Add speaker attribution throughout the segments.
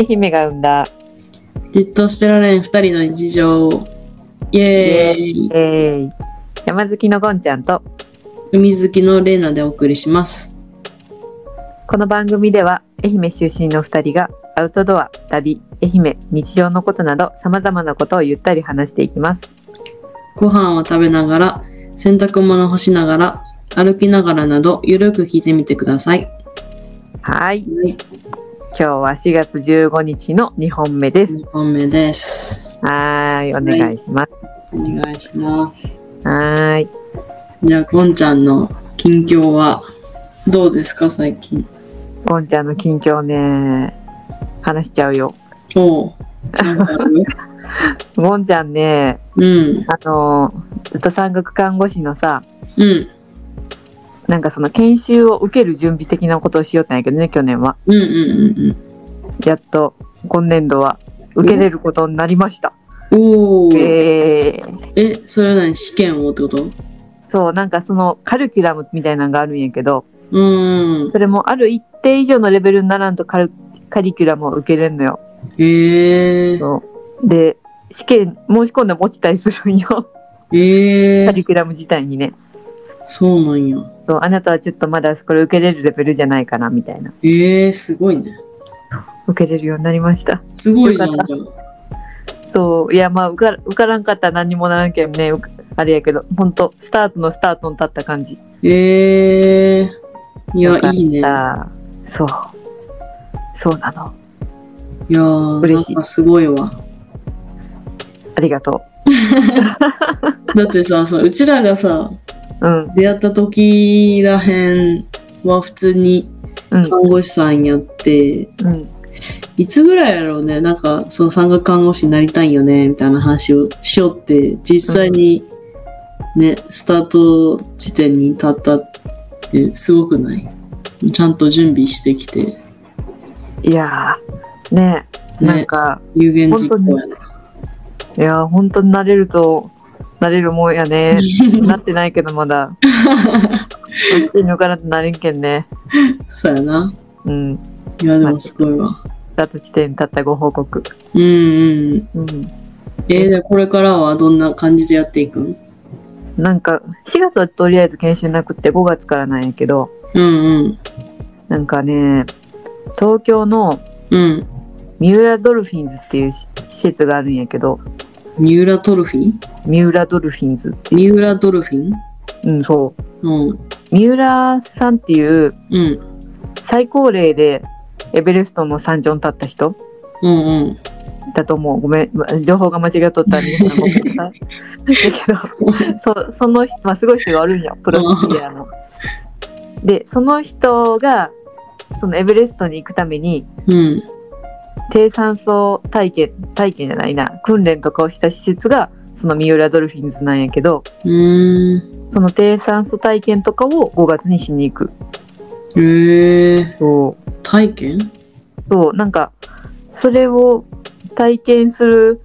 Speaker 1: 愛媛が生んだ。
Speaker 2: じっとしてられん二人の日常。イエーイ。
Speaker 1: えー、山好きのゴンちゃんと、
Speaker 2: 海好きのレーナでお送りします。
Speaker 1: この番組では愛媛出身の2人がアウトドア、旅、愛媛、日常のことなど様々なことをゆったり話していきます。
Speaker 2: ご飯を食べながら、洗濯物干しながら、歩きながらなど、ゆるく聞いてみてください。
Speaker 1: はい。
Speaker 2: はい。
Speaker 1: 今日は4月15日の2本目です。
Speaker 2: 2本目です。
Speaker 1: はーい。お願いします。
Speaker 2: お願いします。
Speaker 1: はーい。
Speaker 2: じゃあ、ゴンちゃんの近況は、どうですか、最近。
Speaker 1: ゴンちゃんの近況ね、話しちゃうよ。
Speaker 2: おう。なんかあ る
Speaker 1: ゴンちゃんね、
Speaker 2: うん。
Speaker 1: あの、ずっと産学看護師のさ、
Speaker 2: うん。
Speaker 1: なんかその研修を受ける準備的なことをしようったんやけどね、去年は。
Speaker 2: うんうんうん
Speaker 1: やっと今年度は受けれることになりました。
Speaker 2: うん。おお。
Speaker 1: えー
Speaker 2: え、それは何試験をってこと
Speaker 1: そう、なんかそのカリキュラムみたいなのがあるんやけど、
Speaker 2: うん。
Speaker 1: それもある一定以上のレベルにならんとカルカリキュラムを受けれんのよ。
Speaker 2: ええー。
Speaker 1: そうで、試験申し込んでも落ちたりするんよ。
Speaker 2: ええ
Speaker 1: カ
Speaker 2: ー。
Speaker 1: リキュラム自体にね。
Speaker 2: そうなんや。
Speaker 1: そうあなたはちょっとまだこれ受けれるレベルじゃないかな、みたいな。
Speaker 2: ええー、すごいね。
Speaker 1: 受けれるようになりました。
Speaker 2: すごいじゃん
Speaker 1: よかっ、
Speaker 2: じゃあ。
Speaker 1: そう、いや、まあ、受か受からんかったら何にもならんけんね、うかあれやけど、ほんと、スタートのスタートに立った感じ。
Speaker 2: ええー。いや
Speaker 1: よか、っ
Speaker 2: いいね。いや
Speaker 1: たそう。そうなの。
Speaker 2: ー、な
Speaker 1: 嬉
Speaker 2: ん
Speaker 1: しい
Speaker 2: かすごいわ。
Speaker 1: ありがと
Speaker 2: だってさ、そううちらがさ、
Speaker 1: う。うん、
Speaker 2: 出会った時らへんは普通に
Speaker 1: うん、
Speaker 2: 看護師さんやって、
Speaker 1: うん。
Speaker 2: いつぐらいやろうね、なんか、その産学看護師になりたいよね、みたいな話をしよって、実際に、ね、スタート地点に立ったって、すごくないちゃんと準備してきて、
Speaker 1: いやー、ねえ、なん
Speaker 2: ね、
Speaker 1: か、
Speaker 2: 有言実行やね。
Speaker 1: いやー、本当になれると、なれるもんや ね。なってないけど、まだ。うちに抜かなとなれんけんね。
Speaker 2: そうやな。
Speaker 1: うん。
Speaker 2: いや、でもすごいわ。
Speaker 1: スタート地点に立ったご報告。
Speaker 2: うんうん。
Speaker 1: うん。
Speaker 2: えー、じゃあこれからはどんな感じでやっていくん
Speaker 1: なんか、4月はとりあえず研修なくって、5月からなんやけど、
Speaker 2: うんうん。
Speaker 1: なんかね、東京の
Speaker 2: うん。
Speaker 1: 三浦ドルフィンズっていうし施設があるんやけど、
Speaker 2: 三浦ドルフィン
Speaker 1: 三浦ドルフィンズっていう。
Speaker 2: 三浦ドルフィン
Speaker 1: うん、そう。
Speaker 2: うん。
Speaker 1: 三浦さんっていう
Speaker 2: うん。
Speaker 1: 最高齢でエベレストの山頂に立った人
Speaker 2: うんうん。
Speaker 1: だと思う。ごめん、ま情報が間違っとったんで、ごめんなさい。だけど、そその人、まあ、すごい人がおるんよ、プロスキーヤーの。で、その人が、そのエベレストに行くために、
Speaker 2: うん。
Speaker 1: 低酸素体験、体験じゃないな、訓練とかをした施設が、その三浦ドルフィンズなんやけど、
Speaker 2: うーん。
Speaker 1: その低酸素体験とかを5月にしに行く。
Speaker 2: えー、
Speaker 1: そう。
Speaker 2: 体験
Speaker 1: そう、なんか、それを体験する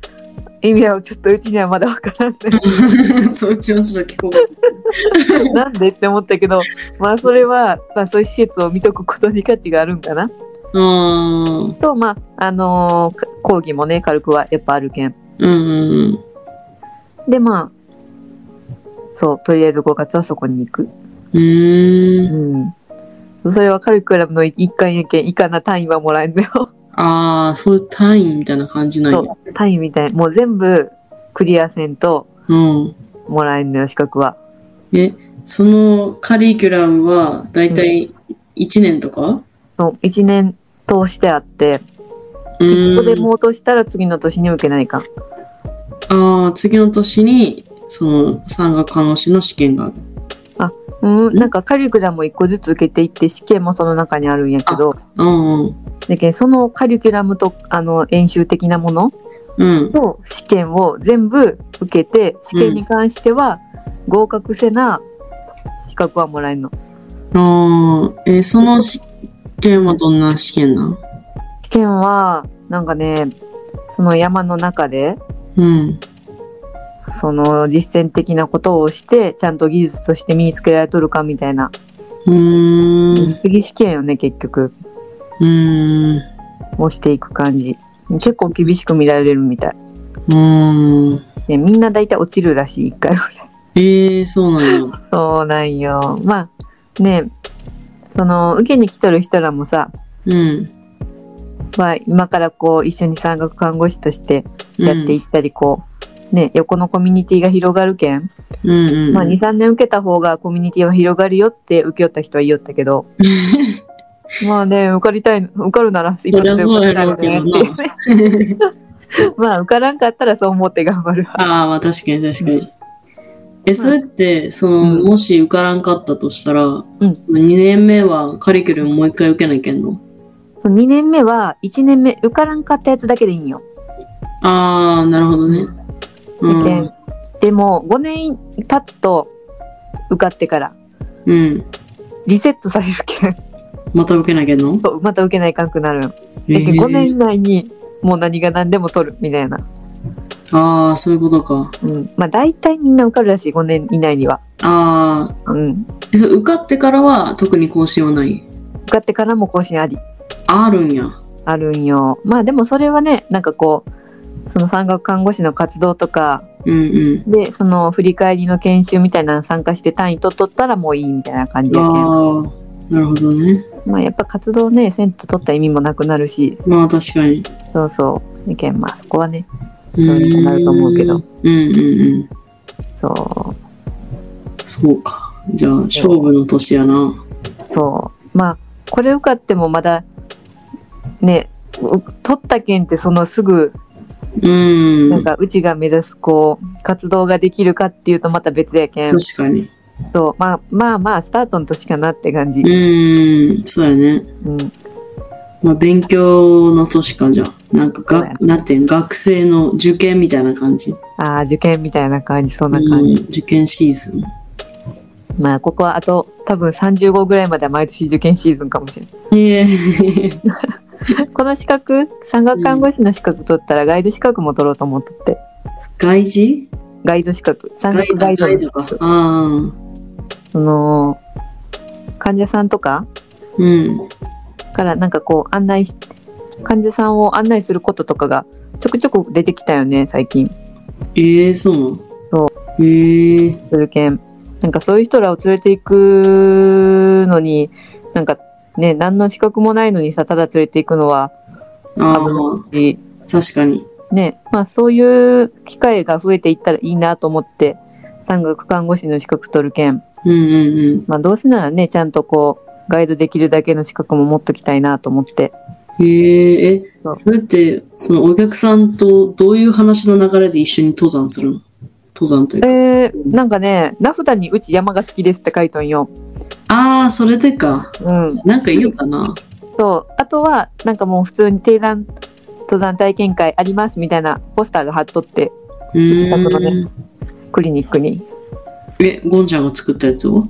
Speaker 1: 意味はちょっとうちにはまだわからんね。
Speaker 2: そう、うちもちょっと聞こう
Speaker 1: なんでって思ったけど、まあそれは、まあそういう施設を見とくことに価値があるんかな。
Speaker 2: かな。
Speaker 1: と、まあ、あのーか講義もね、軽くはやっぱあるけん。
Speaker 2: うん。うんうん。
Speaker 1: で、まあ、そう、とりあえず5月はそこに行く。
Speaker 2: うーん。
Speaker 1: うん。それはカリキュラムの一環やけん、以下な単位はもらえんのよ。
Speaker 2: ああ、そういう単位みたいな感じなんや。
Speaker 1: そう、単位みたい。もう全部クリアせんと
Speaker 2: うん。
Speaker 1: もらえんのよ、資格は。
Speaker 2: え、そのカリキュラムは、だいたい1年とか
Speaker 1: そう、1年通してあって、
Speaker 2: うーん。
Speaker 1: ここでもうとしたら次の年に受けないかん。
Speaker 2: ああ、次の年に、その、産学看護師の試験がある。
Speaker 1: うん、なんかカリキュラムを1個ずつ受けていって試験もその中にあるんやけど
Speaker 2: うんうん。
Speaker 1: だけどそのカリキュラムとあの演習的なもの
Speaker 2: うん。
Speaker 1: と試験を全部受けて試験に関しては合格せな資格はもらえるの
Speaker 2: ああ、えーその試験はどんな試験なん
Speaker 1: 試験はなんかねその山の中で
Speaker 2: うん。
Speaker 1: その実践的なことをしてちゃんと技術として身につけられとるかみたいな
Speaker 2: うーん。
Speaker 1: 実技試験よね結局
Speaker 2: うーん。
Speaker 1: をしていく感じ結構厳しく見られるみたい、
Speaker 2: うん。
Speaker 1: ね、みんな大体落ちるらしい1回は
Speaker 2: ええそうなんだ。
Speaker 1: そうなんよまあねその受けに来とる人らもさ、
Speaker 2: うん。
Speaker 1: まあ、今からこう一緒に産学看護師としてやっていったりこう、ね、横のコミュニティが広がるけん、
Speaker 2: うんうんうん。
Speaker 1: まあ、23年受けた方がコミュニティは広がるよって受けよった人は言いよったけどまあね受かりたい受かるなら
Speaker 2: りゃそうやろうけどな
Speaker 1: 受かりたいよね っていうねまあ受からんかったらそう思って頑張るわ
Speaker 2: ああ、まあ確かに確かに。え、それって、その、
Speaker 1: うん
Speaker 2: もし受からんかったとしたら、
Speaker 1: ん
Speaker 2: その2年目はカリキュラムもう一回受けなきゃいけんの
Speaker 1: その2年目は1年目受からんかったやつだけでいいんよ、
Speaker 2: ああ、なるほどね。う
Speaker 1: だけ
Speaker 2: ん
Speaker 1: ん。でも5年経つと受かってから
Speaker 2: うん。
Speaker 1: リセットされるけん
Speaker 2: また受けなきゃいけんの
Speaker 1: そうまた受けないかんくなるだ
Speaker 2: え
Speaker 1: けん
Speaker 2: ー
Speaker 1: 5年以内にもう何が何でも取るみたいな、
Speaker 2: ああ、そういうことか。
Speaker 1: うん、まあ大体みんな受かるらしい5年以内には、
Speaker 2: あ
Speaker 1: うん、
Speaker 2: あ、えそれ受かってからは特に更新はない。
Speaker 1: 受かってからも更新あり
Speaker 2: あるんや。
Speaker 1: あるんよまあでもそれはねなんかこうその産学看護師の活動とか
Speaker 2: うん
Speaker 1: でその振り返りの研修みたいなの参加して単位取っとったらもういいみたいな感じ
Speaker 2: うん。
Speaker 1: やけん
Speaker 2: ああ、なるほどね。
Speaker 1: まあやっぱ活動ねせんと取った意味もなくなるし
Speaker 2: まあ確かに。
Speaker 1: そうそう意見まあそこはね
Speaker 2: う
Speaker 1: どうにかなると思うけど
Speaker 2: うんうんうん。
Speaker 1: そ
Speaker 2: そうか。じゃあ、勝負の年やな。
Speaker 1: うそうまあこれ受かってもまだねう取った件ってそのすぐ
Speaker 2: うん。
Speaker 1: なんかうちが目指すこう活動ができるかっていうとまた別やけん
Speaker 2: 確かに。
Speaker 1: そうまあまあまあスタートの年かなって感じ、
Speaker 2: うん、そうやね。
Speaker 1: うん、
Speaker 2: まあ、勉強の年か、じゃあ。なんか
Speaker 1: そうや
Speaker 2: が、なんていうん学生の受験みたいな感じ。
Speaker 1: ああ受験みたいな感じそんな
Speaker 2: う
Speaker 1: 感
Speaker 2: ん
Speaker 1: じ、
Speaker 2: 受験シーズン。
Speaker 1: まあここはあと多分35ぐらいまでは毎年受験シーズンかもしれない
Speaker 2: ええ
Speaker 1: この資格産学看護師の資格取ったらガイド資格も取ろうと思っとって
Speaker 2: 外事
Speaker 1: ガイド資格産
Speaker 2: ガイ
Speaker 1: 学ガイド
Speaker 2: ガイ
Speaker 1: の
Speaker 2: ド
Speaker 1: 資
Speaker 2: か
Speaker 1: 格。
Speaker 2: ああ。
Speaker 1: その患者さんとか
Speaker 2: うん。
Speaker 1: からなんかこう案内し患者さんを案内することとかがちょくちょく出てきたよね最近
Speaker 2: ええそうなのそう。ええ
Speaker 1: するけんなんかそういう人らを連れていくのになんかね何の資格もないのにさただ連れていくのは
Speaker 2: あ
Speaker 1: 危
Speaker 2: あ、
Speaker 1: いい
Speaker 2: 確かに。
Speaker 1: ねまあそういう機会が増えていったらいいなと思って産学看護師の資格取るけん
Speaker 2: うんうんうん。
Speaker 1: まあどうせならねちゃんとこうガイドできるだけの資格も持っときたいなと思って
Speaker 2: へええ
Speaker 1: そ、う
Speaker 2: それって、そのお客さんとどういう話の流れで一緒に登山するの登山というか。
Speaker 1: えー、なんかね名札にうち山が好きですって書いとんよ
Speaker 2: ああ、それでか。
Speaker 1: うん
Speaker 2: なんか言うかな。
Speaker 1: そうあとはなんかもう普通に低山登山体験会ありますみたいなポスターが貼っとって
Speaker 2: う
Speaker 1: 自作の
Speaker 2: ー
Speaker 1: ね
Speaker 2: ん。
Speaker 1: クリニックに
Speaker 2: え、ゴンちゃんが作ったやつを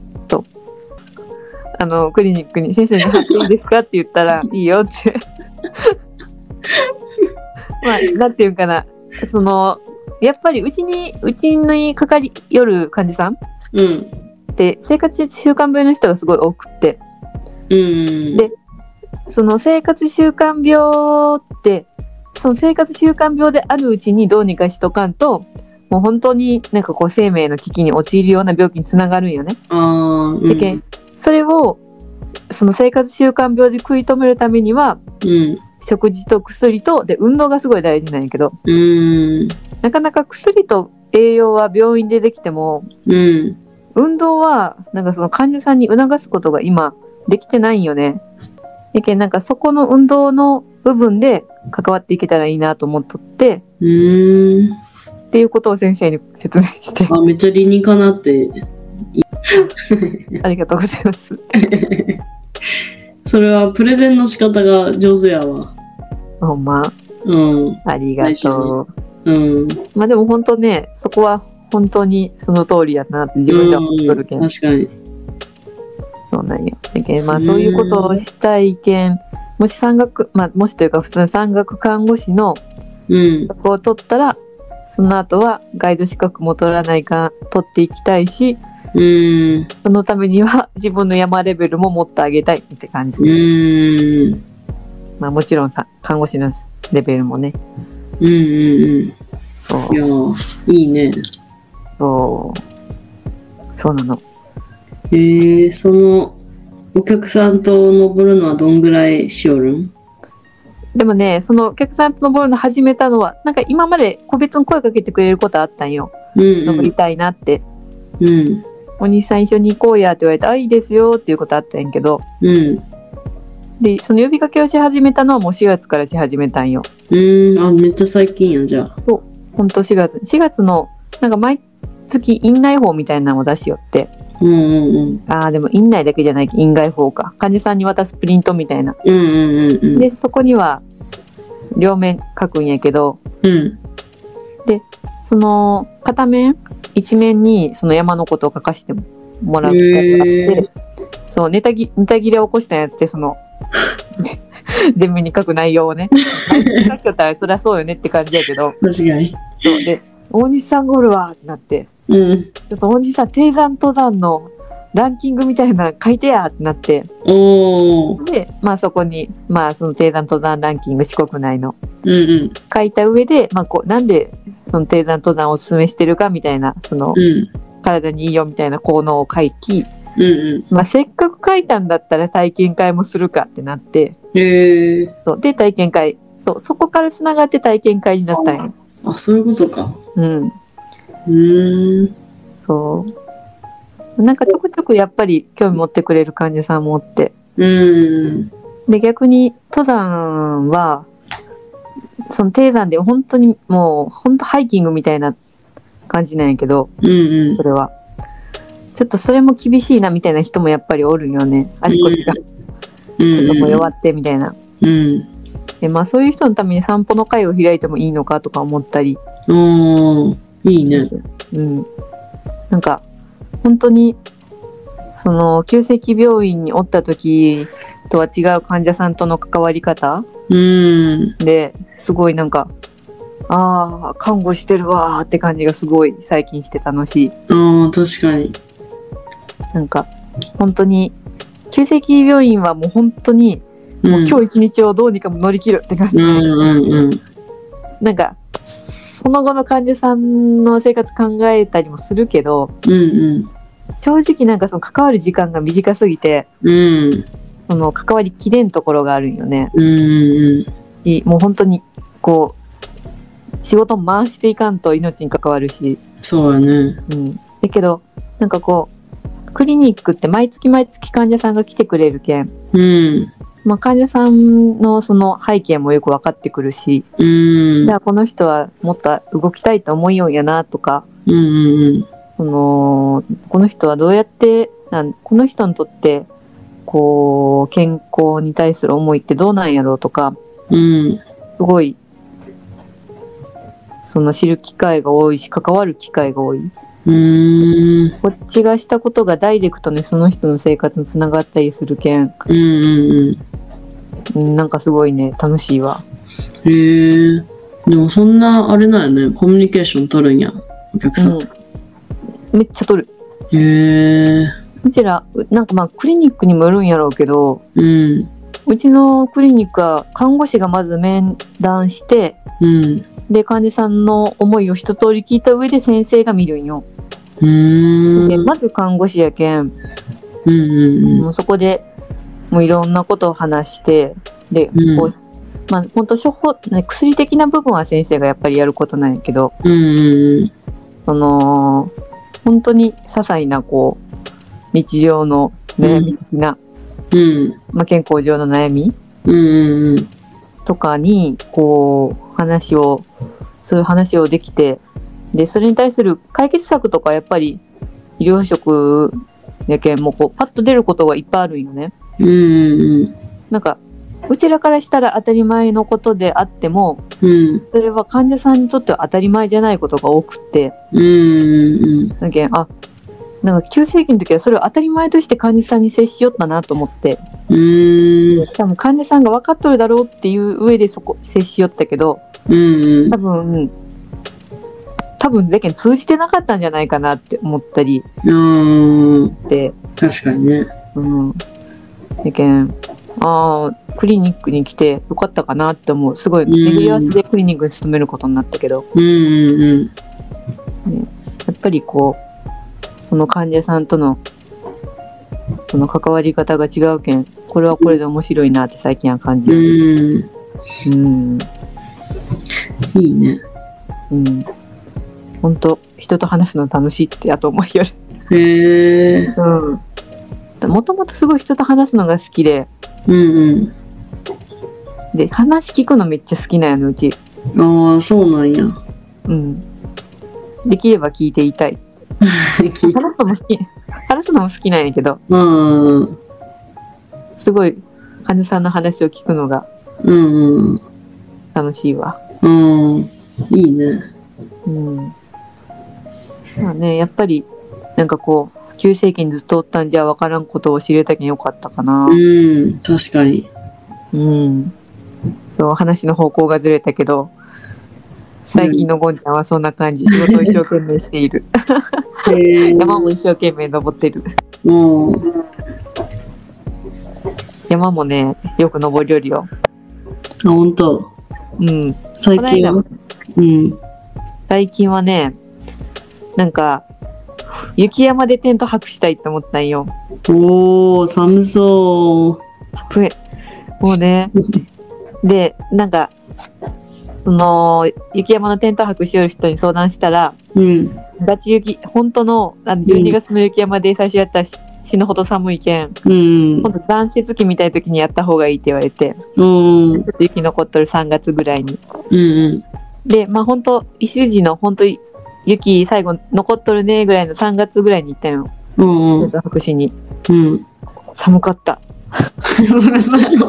Speaker 1: あのクリニックに先生に貼っていいですかって言ったらいいよって まあなんていうんかなそのやっぱりうちにうちにかかりよる患者さんっ
Speaker 2: うん。
Speaker 1: て生活習慣病の人がすごい多くって
Speaker 2: うん。
Speaker 1: でその生活習慣病ってその生活習慣病であるうちにどうにかしとかんともう本当になんかこう生命の危機に陥るような病気につながるんよね。
Speaker 2: ああ、う
Speaker 1: でけん
Speaker 2: ん。
Speaker 1: それをその生活習慣病で食い止めるためには
Speaker 2: うん。
Speaker 1: 食事と薬とで運動がすごい大事なんやけど
Speaker 2: うん。
Speaker 1: なかなか薬と栄養は病院でできても
Speaker 2: うん。
Speaker 1: 運動はなんかその患者さんに促すことが今できてないんよね。やけんなんかそこの運動の部分で関わっていけたらいいなと思っとって
Speaker 2: うん。
Speaker 1: っていうことを先生に説明して
Speaker 2: あ、めっちゃ理にかなって。
Speaker 1: ありがとうございます。
Speaker 2: それはプレゼンの仕方が上手やわ。
Speaker 1: ほんま
Speaker 2: うん。
Speaker 1: ありがとう。
Speaker 2: うん。
Speaker 1: まあでも本当ねそこは本当にその通りやなって自分では思っとるけん
Speaker 2: うん確かに。
Speaker 1: そうなんよ。だけどま
Speaker 2: う
Speaker 1: あ
Speaker 2: ん
Speaker 1: そういうことをしたいけん、もし産学、まあもしというか普通の産学看護師の
Speaker 2: うん
Speaker 1: 資。格を取ったら、その後はガイド資格も取らないか、取っていきたいし、
Speaker 2: うん。
Speaker 1: そのためには自分の山レベルも持ってあげたいって感じ。
Speaker 2: うーん。
Speaker 1: まあ、もちろんさ看護師のレベルもね
Speaker 2: うんうん
Speaker 1: そう
Speaker 2: うん。いやー、いいね。
Speaker 1: そうそうなの
Speaker 2: えー、その、お客さんと登るのはどんぐらいしおるん
Speaker 1: でもねそのお客さんと登るの始めたのはなんか今まで個別に声かけてくれることあったんよ
Speaker 2: うん、
Speaker 1: 登
Speaker 2: う
Speaker 1: り
Speaker 2: ん。
Speaker 1: たいなって、
Speaker 2: うん。
Speaker 1: お兄さん一緒に行こうやって言われてあいいですよっていうことあったんやけど
Speaker 2: うん。
Speaker 1: でその呼びかけをし始めたのはもう4月からし始めたんよ
Speaker 2: うん。あ、めっちゃ最近やん、じゃあ。
Speaker 1: ほんと4月4月のなんか毎月院内法みたいなのを出しよって
Speaker 2: うんうんうん。
Speaker 1: ああでも院内だけじゃない院外法か患者さんに渡すプリントみたいな
Speaker 2: うんうんうんうん。
Speaker 1: でそこには両面書くんやけど
Speaker 2: うん。
Speaker 1: その片面一面にその山のことを書かしてもらう機会があって、
Speaker 2: えー、
Speaker 1: そうネタぎネタ切れを起こしたんやってその 全面に書く内容を ね書きよったらそりゃそうよねって感じやけど
Speaker 2: 確かに。
Speaker 1: そうで大西さんがおるわってなって
Speaker 2: うん。
Speaker 1: ちょっと大西さん低山登山のランキングみたいなの書いてやってなって
Speaker 2: おー。
Speaker 1: でまあそこにまあその低山登山ランキング四国内の
Speaker 2: うんうん。
Speaker 1: 書いた上で、まあ、こうなんでその低山登山をおすすめしてるかみたいなその
Speaker 2: うん。
Speaker 1: 体にいいよみたいな効能を書き、
Speaker 2: うんうん。
Speaker 1: まあ、せっかく書いたんだったら体験会もするかってなって
Speaker 2: へえ。
Speaker 1: そうで体験会そうそこからつながって体験会になったんや。
Speaker 2: あ、そういうことか。
Speaker 1: うん、
Speaker 2: うーん。
Speaker 1: そうなんかちょくちょくやっぱり興味持ってくれる患者さんもおって
Speaker 2: うん。
Speaker 1: で逆に登山はその低山で本当にもう本当ハイキングみたいな感じなんやけど、
Speaker 2: うんうん
Speaker 1: そ。れは。ちょっとそれも厳しいなみたいな人もやっぱりおるよね。足腰がち
Speaker 2: うん
Speaker 1: ょっともう弱ってみたいな。
Speaker 2: うん。
Speaker 1: でまあそういう人のために散歩の会を開いてもいいのかとか思ったり。
Speaker 2: おー。いいね。
Speaker 1: うん。なんか本当にその急性期病院におった時とは違う患者さんとの関わり方
Speaker 2: うん。
Speaker 1: ですごいなんかああ看護してるわーって感じがすごい最近して楽しい。
Speaker 2: ああ、確かに。
Speaker 1: なんか本当に急性期病院はもう本当に
Speaker 2: も
Speaker 1: 今日一日をどうにか乗り切るって感じ、
Speaker 2: うんうんうん。
Speaker 1: なんかその後の患者さんの生活考えたりもするけど
Speaker 2: うん
Speaker 1: 正直なんかその関わる時間が短すぎて
Speaker 2: うん。うん。
Speaker 1: その関わりきれんところがあるんよね
Speaker 2: うん
Speaker 1: いもう本当にこう仕事も回していかんと命に関わるし、
Speaker 2: そうやね。
Speaker 1: うん、だけどなんかこうクリニックって毎月毎月患者さんが来てくれるけん、
Speaker 2: うん。
Speaker 1: まあ、患者さんのその背景もよく分かってくるし、
Speaker 2: うん。
Speaker 1: じゃあこの人はもっと動きたいと思いようやなとか
Speaker 2: うんうん
Speaker 1: そのこの人はどうやってなんこの人にとってこう健康に対する思いってどうなんやろうとか
Speaker 2: うん。
Speaker 1: すごいその知る機会が多いし関わる機会が多い
Speaker 2: うん。
Speaker 1: こっちがしたことがダイレクトにその人の生活につながったりするけん
Speaker 2: うんうんうん。
Speaker 1: うんなんかすごいね楽しいわ
Speaker 2: へえ。でもそんなあれなんやね。コミュニケーション取るんや。お客さん。
Speaker 1: うんめっちゃ取る
Speaker 2: へえ。
Speaker 1: うちらうなんかまあクリニックにもよるんやろうけど
Speaker 2: うん。
Speaker 1: うちのクリニックは看護師がまず面談して
Speaker 2: うん。
Speaker 1: で患者さんの思いを一通り聞いた上で先生が見るんよ、
Speaker 2: うーん。
Speaker 1: でまず看護師やけん
Speaker 2: うんうん
Speaker 1: もうそこでもういろんなことを話してで、
Speaker 2: うん
Speaker 1: こうまあ、ほんと処方、ね、薬的な部分は先生がやっぱりやることなんやけど
Speaker 2: うん。うんうん
Speaker 1: その本当に些細なこう日常の悩み的な、
Speaker 2: うん。
Speaker 1: まあ、健康上の悩み、
Speaker 2: うんうんうん。
Speaker 1: とかにこう話をそういう話をできてでそれに対する解決策とかやっぱり医療職やけんもうこうパッと出ることがいっぱいあるんよね。
Speaker 2: うんうん
Speaker 1: なんかうちらからしたら当たり前のことであっても
Speaker 2: うん。うん
Speaker 1: それは患者さんにとっては当たり前じゃないことが多くって
Speaker 2: うんうん
Speaker 1: だけんあなんか急性期の時はそれを当たり前として患者さんに接しよったなと思って
Speaker 2: うん。
Speaker 1: 多分患者さんが分かっとるだろうっていう上でそこ接しよったけど
Speaker 2: うんうん
Speaker 1: 多。分多分世間通じてなかったんじゃないかなって思ったり
Speaker 2: うん。
Speaker 1: して、
Speaker 2: 確かにね。
Speaker 1: うん、世間ああクリニックに来てよかったかなって思うすごい
Speaker 2: うん
Speaker 1: 巡り合わせでクリニックに勤めることになったけど
Speaker 2: うんうんうん。
Speaker 1: やっぱりこうその患者さんとのその関わり方が違うけんこれはこれで面白いなって最近は感じ
Speaker 2: う
Speaker 1: る、
Speaker 2: ん。
Speaker 1: うん
Speaker 2: いいね。
Speaker 1: うん、本当人と話すの楽しいってあと思いよる
Speaker 2: へえ。
Speaker 1: うんもともとすごい人と話すのが好きで
Speaker 2: うん
Speaker 1: で話聞くのめっちゃ好きなんやのうち、
Speaker 2: うん。ああ、そうなんや。
Speaker 1: うん、できれば聞いていたい
Speaker 2: 聞いた。
Speaker 1: 話すのも好き話すのも好きなんやけど
Speaker 2: うんうん
Speaker 1: すごい患者さんの話を聞くのが
Speaker 2: うん
Speaker 1: 楽しいわ
Speaker 2: うん。うん。いいね。
Speaker 1: うんまあねやっぱりなんかこう急性期にずっとおったんじゃ分からんことを知れたけんよかったかな
Speaker 2: うん。確かに。
Speaker 1: うんそう話の方向がずれたけど最近のゴンちゃんはそんな感じ仕事を一生懸命している
Speaker 2: へえ。
Speaker 1: 山も一生懸命登ってる
Speaker 2: もう。
Speaker 1: 山もねよく登りよるよ
Speaker 2: あ、本当。
Speaker 1: うん
Speaker 2: 最近は
Speaker 1: この。
Speaker 2: うん。
Speaker 1: 最近はねなんか雪山でテント泊したいって思ったんよ
Speaker 2: おー、寒そ
Speaker 1: ぷえもうね
Speaker 2: う。
Speaker 1: でなんかその雪山のテント泊しよる人に相談したら
Speaker 2: うん。
Speaker 1: ガチ雪本当のあの12月の雪山で最初やったらし死ぬほど寒いけん
Speaker 2: うん
Speaker 1: 今。度残雪期みたいな時にやった方がいいって言われてち
Speaker 2: うん。
Speaker 1: ょっと雪残っとる3月ぐらいに
Speaker 2: うん。
Speaker 1: で、まあ本当石筋の本当雪最後残っとるねぐらいの3月ぐらいに行ったよ。
Speaker 2: うん。うん。
Speaker 1: 福祉に。
Speaker 2: うん。
Speaker 1: 寒かった。
Speaker 2: そりゃそうやろ。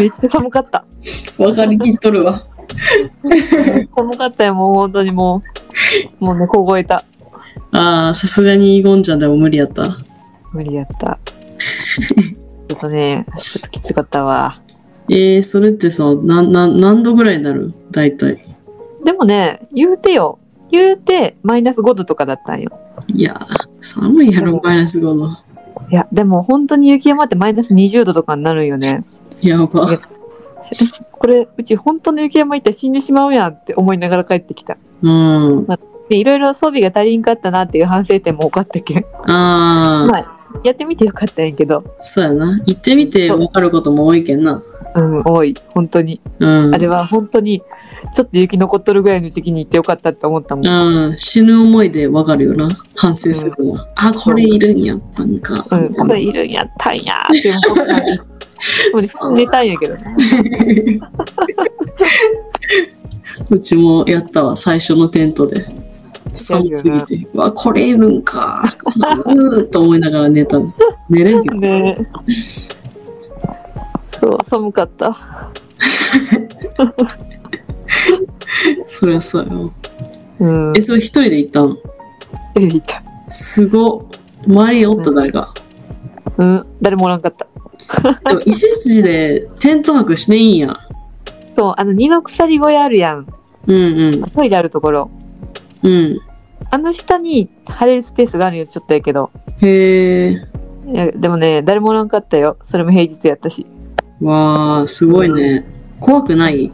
Speaker 1: めっちゃ寒か った。
Speaker 2: わかりきっとるわ。
Speaker 1: 寒かったよ、もう本当にもう。もうね、凍えた。
Speaker 2: ああ、さすがにゴンちゃんでも無理やった。
Speaker 1: 無理やった。ちょっとね、ちょっときつかったわ。
Speaker 2: えー、それってさ、な、な、何度ぐらいになる大体。
Speaker 1: でもね、言うてよ。言うて、マイナス5度とかだったんよ。
Speaker 2: いやー、寒いや
Speaker 1: で
Speaker 2: ろ
Speaker 1: も、
Speaker 2: マイナス5度。
Speaker 1: いや、でも本当に雪山ってマイナス20度とかになるんよね。
Speaker 2: やば。
Speaker 1: これ、うち本当の雪山行ったら死んでしまうやんって思いながら帰ってきた。
Speaker 2: うん。
Speaker 1: でいろいろ装備が足りんかったなっていう反省点も多かったけん
Speaker 2: あ
Speaker 1: まやってみてよかったんやけど、
Speaker 2: あ、そうやな。行ってみて
Speaker 1: そう
Speaker 2: 分かることも多いけんな。
Speaker 1: うん、多い本当に、
Speaker 2: うん。
Speaker 1: あれは本当にちょっと雪残っとるぐらいの時期に行ってよかったって思ったもん、
Speaker 2: うん、死ぬ思いで分かるよな。反省するのは。あ、これいるんやったんか。
Speaker 1: うん、これいるんやったんやーって思ったで
Speaker 2: そ
Speaker 1: も
Speaker 2: う
Speaker 1: 寝たんやけどね
Speaker 2: うちもやったわ、最初のテントで。寒すぎて。わ、これいるんか。寒いと思いながら寝たの。寝れんけど。
Speaker 1: ねそう寒かった
Speaker 2: そりゃそうよ。
Speaker 1: うん
Speaker 2: え、それ一人で行ったの
Speaker 1: テレビ行った
Speaker 2: すごっ。周りにおった誰か。
Speaker 1: うん誰もおらんかった
Speaker 2: でも石筋でテント泊していいんや。
Speaker 1: そうあの二の鎖小屋あるやん
Speaker 2: うんうん。
Speaker 1: トイレあるところ
Speaker 2: うん。
Speaker 1: あの下に貼れるスペースがあるよちょっとやけど
Speaker 2: へえ。
Speaker 1: いやでもね誰もおらんかったよそれも平日やったし
Speaker 2: わあ、すごいね。怖くない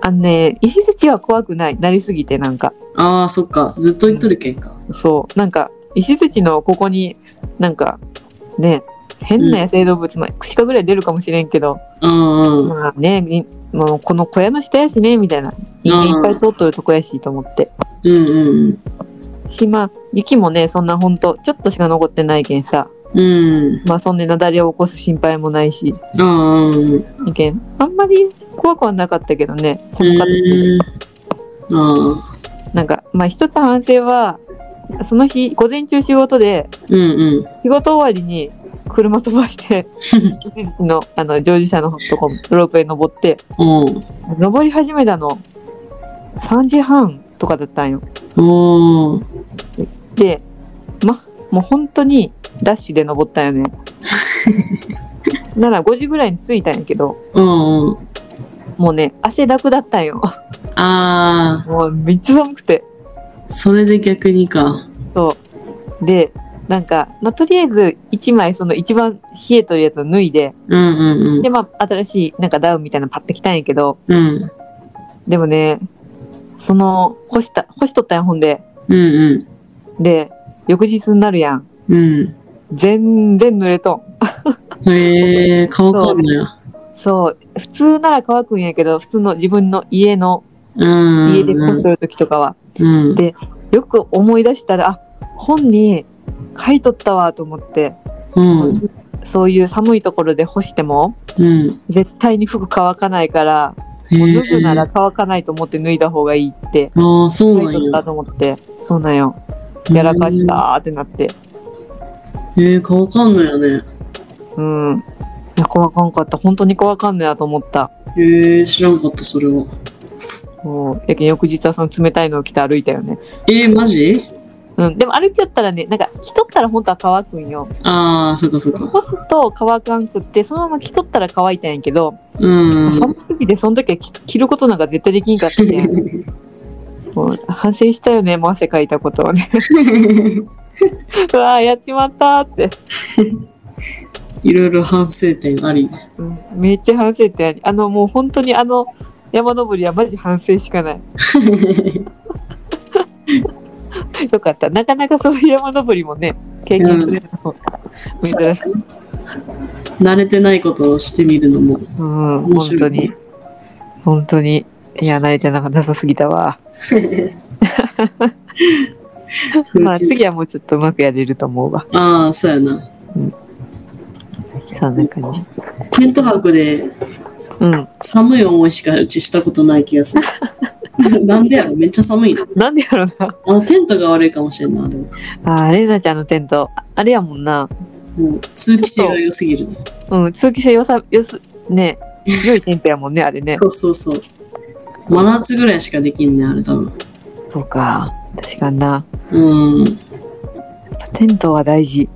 Speaker 1: あのね石槌は怖くないなりすぎてなんか
Speaker 2: ああ、そっか。ずっと言っとるけんか。
Speaker 1: そうなんか石槌のここになんかね変な野生動物、まあ、鹿ぐらい出るかもしれんけど、
Speaker 2: うんうん。
Speaker 1: まあねにもうこの小屋の下やしねみたいな人間いっぱい通っとるとこやしと思って、
Speaker 2: うんうん
Speaker 1: しまあ雪もねそんなほんとちょっとしか残ってないけんさ
Speaker 2: うん。うん。
Speaker 1: まあそんで雪崩を起こす心配もないし
Speaker 2: ああ、うん。
Speaker 1: いけんあんまり怖くはなかったけどね
Speaker 2: う
Speaker 1: 寒かったけど
Speaker 2: ん。ああ。
Speaker 1: なんか、まあ、一つ反省は、その日、午前中仕事で、
Speaker 2: うんうん。
Speaker 1: 仕事終わりに車飛ばして、の、あの、乗事者のとこ、ロープへ登って、
Speaker 2: うん。
Speaker 1: 登り始めたの、3時半とかだったんよ。
Speaker 2: おお。
Speaker 1: で、ま、もう本当にダッシュで登ったんよね。なら5時ぐらいに着いたんやけど、
Speaker 2: うんうん。
Speaker 1: もうね、汗だくだったんよ。
Speaker 2: ああ、
Speaker 1: もうめっちゃ寒くて。
Speaker 2: それで逆にか。
Speaker 1: そう。で、なんか、まあ、とりあえず1枚その一番冷えとるやつを脱いで、
Speaker 2: うんうん
Speaker 1: で、まあ、新しいなんかダウンみたいなのパッてきたんやけど、
Speaker 2: うん。うん。
Speaker 1: でもね、その、干した、干しとったんや、ほんで。
Speaker 2: うんうん。
Speaker 1: で、翌日になるやん。
Speaker 2: うん。
Speaker 1: 全然濡れとん。
Speaker 2: へえー、顔変わるのや。
Speaker 1: そう、普通なら乾くんやけど、普通の自分の家の、
Speaker 2: うん。
Speaker 1: 家で干しとる時とかは、
Speaker 2: うん。
Speaker 1: でよく思い出したら、あ、本に書いとったわと思って、
Speaker 2: うん。
Speaker 1: そういう寒いところで干しても、
Speaker 2: うん。
Speaker 1: 絶対に服乾かないから、
Speaker 2: へ
Speaker 1: もう
Speaker 2: え
Speaker 1: 脱ぐなら乾かないと思って脱いだ方がいいって、
Speaker 2: ああ、そう
Speaker 1: 書
Speaker 2: ない
Speaker 1: と
Speaker 2: ん
Speaker 1: った
Speaker 2: や。
Speaker 1: と思って、そうなんよ。やらかしたーってなって、
Speaker 2: うん。へえー、顔変わるのやね。
Speaker 1: うん。いや、怖かんかった。本当に怖かんねやと思った。
Speaker 2: へえー、知らんかった、それは。
Speaker 1: そうやけん翌日はその冷たいのを着て歩いたよね。
Speaker 2: えー、マジ
Speaker 1: うん。でも歩きちゃったらね、なんか着とったら本当は乾くんよ。
Speaker 2: ああ、そっかそっか。
Speaker 1: 干すと乾かんくって、そのまま着とったら乾いたんやけど、
Speaker 2: うん。
Speaker 1: 寒すぎてその時は着着ることなんか絶対できんかったね。もう反省したよね、もう汗かいたことはね。 うわーやっちまったーって。
Speaker 2: いろいろ反省点あり。
Speaker 1: うん、めっちゃ反省点あり。あの、もう本当にあの、山登りはマジ反省しかない。よかった。なかなかそういう山登りもね、経験するのも珍しい。
Speaker 2: 慣れてないことをしてみるのも
Speaker 1: うん、
Speaker 2: 面
Speaker 1: 本
Speaker 2: 白
Speaker 1: 当
Speaker 2: い、
Speaker 1: に
Speaker 2: ね。、
Speaker 1: 本当に。いや、慣れてなかなさすぎたわ。まあ、次はもうちょっとうまくやれると思うわ。
Speaker 2: ああ、そうやな。
Speaker 1: そんな感じ。
Speaker 2: テント泊で
Speaker 1: うん。
Speaker 2: 寒い思いしかうちしたことない気がする。 なんでやろめっちゃ寒いな。
Speaker 1: なんでやろうな。
Speaker 2: あのテントが悪いかもしれんな。でも
Speaker 1: あー、レイナちゃんのテント、ああれやもんな。
Speaker 2: もう通気性が良すぎる、
Speaker 1: うん、通気性よさ、よす、ね、良いテントやもんね、あれね。
Speaker 2: そうそうそう。真夏ぐらいしかできんねんあれ多分。
Speaker 1: そうか。確かにな。
Speaker 2: うん。
Speaker 1: テントは大事。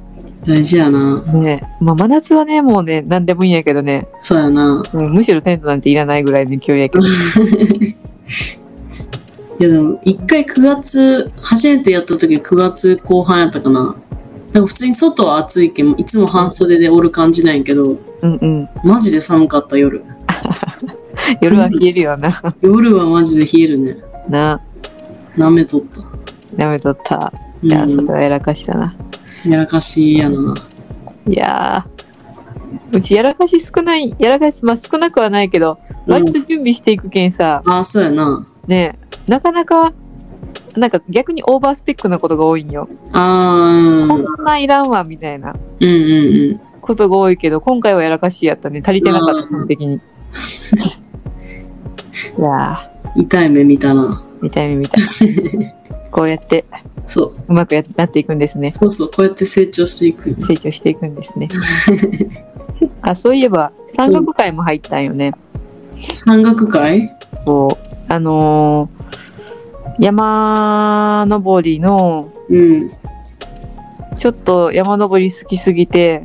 Speaker 2: 大事やな。
Speaker 1: ねまあ、真夏はね、もうね、何でもいいんやけどね、
Speaker 2: そうやな。
Speaker 1: うんむしろテントなんていらないぐらいの勢いやけど。
Speaker 2: いやでも、一回9月、初めてやった時9月後半やったかな。なんか普通に外は暑いけん、いつも半袖でおる感じなんやけど、
Speaker 1: うんうん。
Speaker 2: マジで寒かった夜。
Speaker 1: 夜は冷えるよな。
Speaker 2: 夜はマジで冷えるね。
Speaker 1: な、
Speaker 2: 舐めとった。
Speaker 1: やめとった。
Speaker 2: う
Speaker 1: いや、そ
Speaker 2: ん
Speaker 1: れ。はやらかしたな。
Speaker 2: やらかしやな。
Speaker 1: いやー、うちやらかし少ない、やらかし、まあ少なくはないけど、
Speaker 2: う
Speaker 1: 割と
Speaker 2: ん、
Speaker 1: 準備していくけんさ、
Speaker 2: ああ、そうやな。
Speaker 1: ねなかなか、なんか逆にオーバースペックなことが多いんよ。
Speaker 2: ああ、うん。
Speaker 1: こ
Speaker 2: うん
Speaker 1: んないらんわ、みたいな
Speaker 2: うんうん。
Speaker 1: ことが多いけど、今回はやらかしやったね。足りてなかった、完璧に。いや
Speaker 2: 痛い目見たな。
Speaker 1: ー、見た目見た。こうやって、
Speaker 2: そう
Speaker 1: まくやなっていくんですね
Speaker 2: う。。そうそう、こうやって成長していく。
Speaker 1: 成長していくんです ね。あ、そういえば、山岳会も入ったんよね。
Speaker 2: 山岳会
Speaker 1: こう、あのー山登りの、
Speaker 2: うん。
Speaker 1: ちょっと山登り好きすぎて、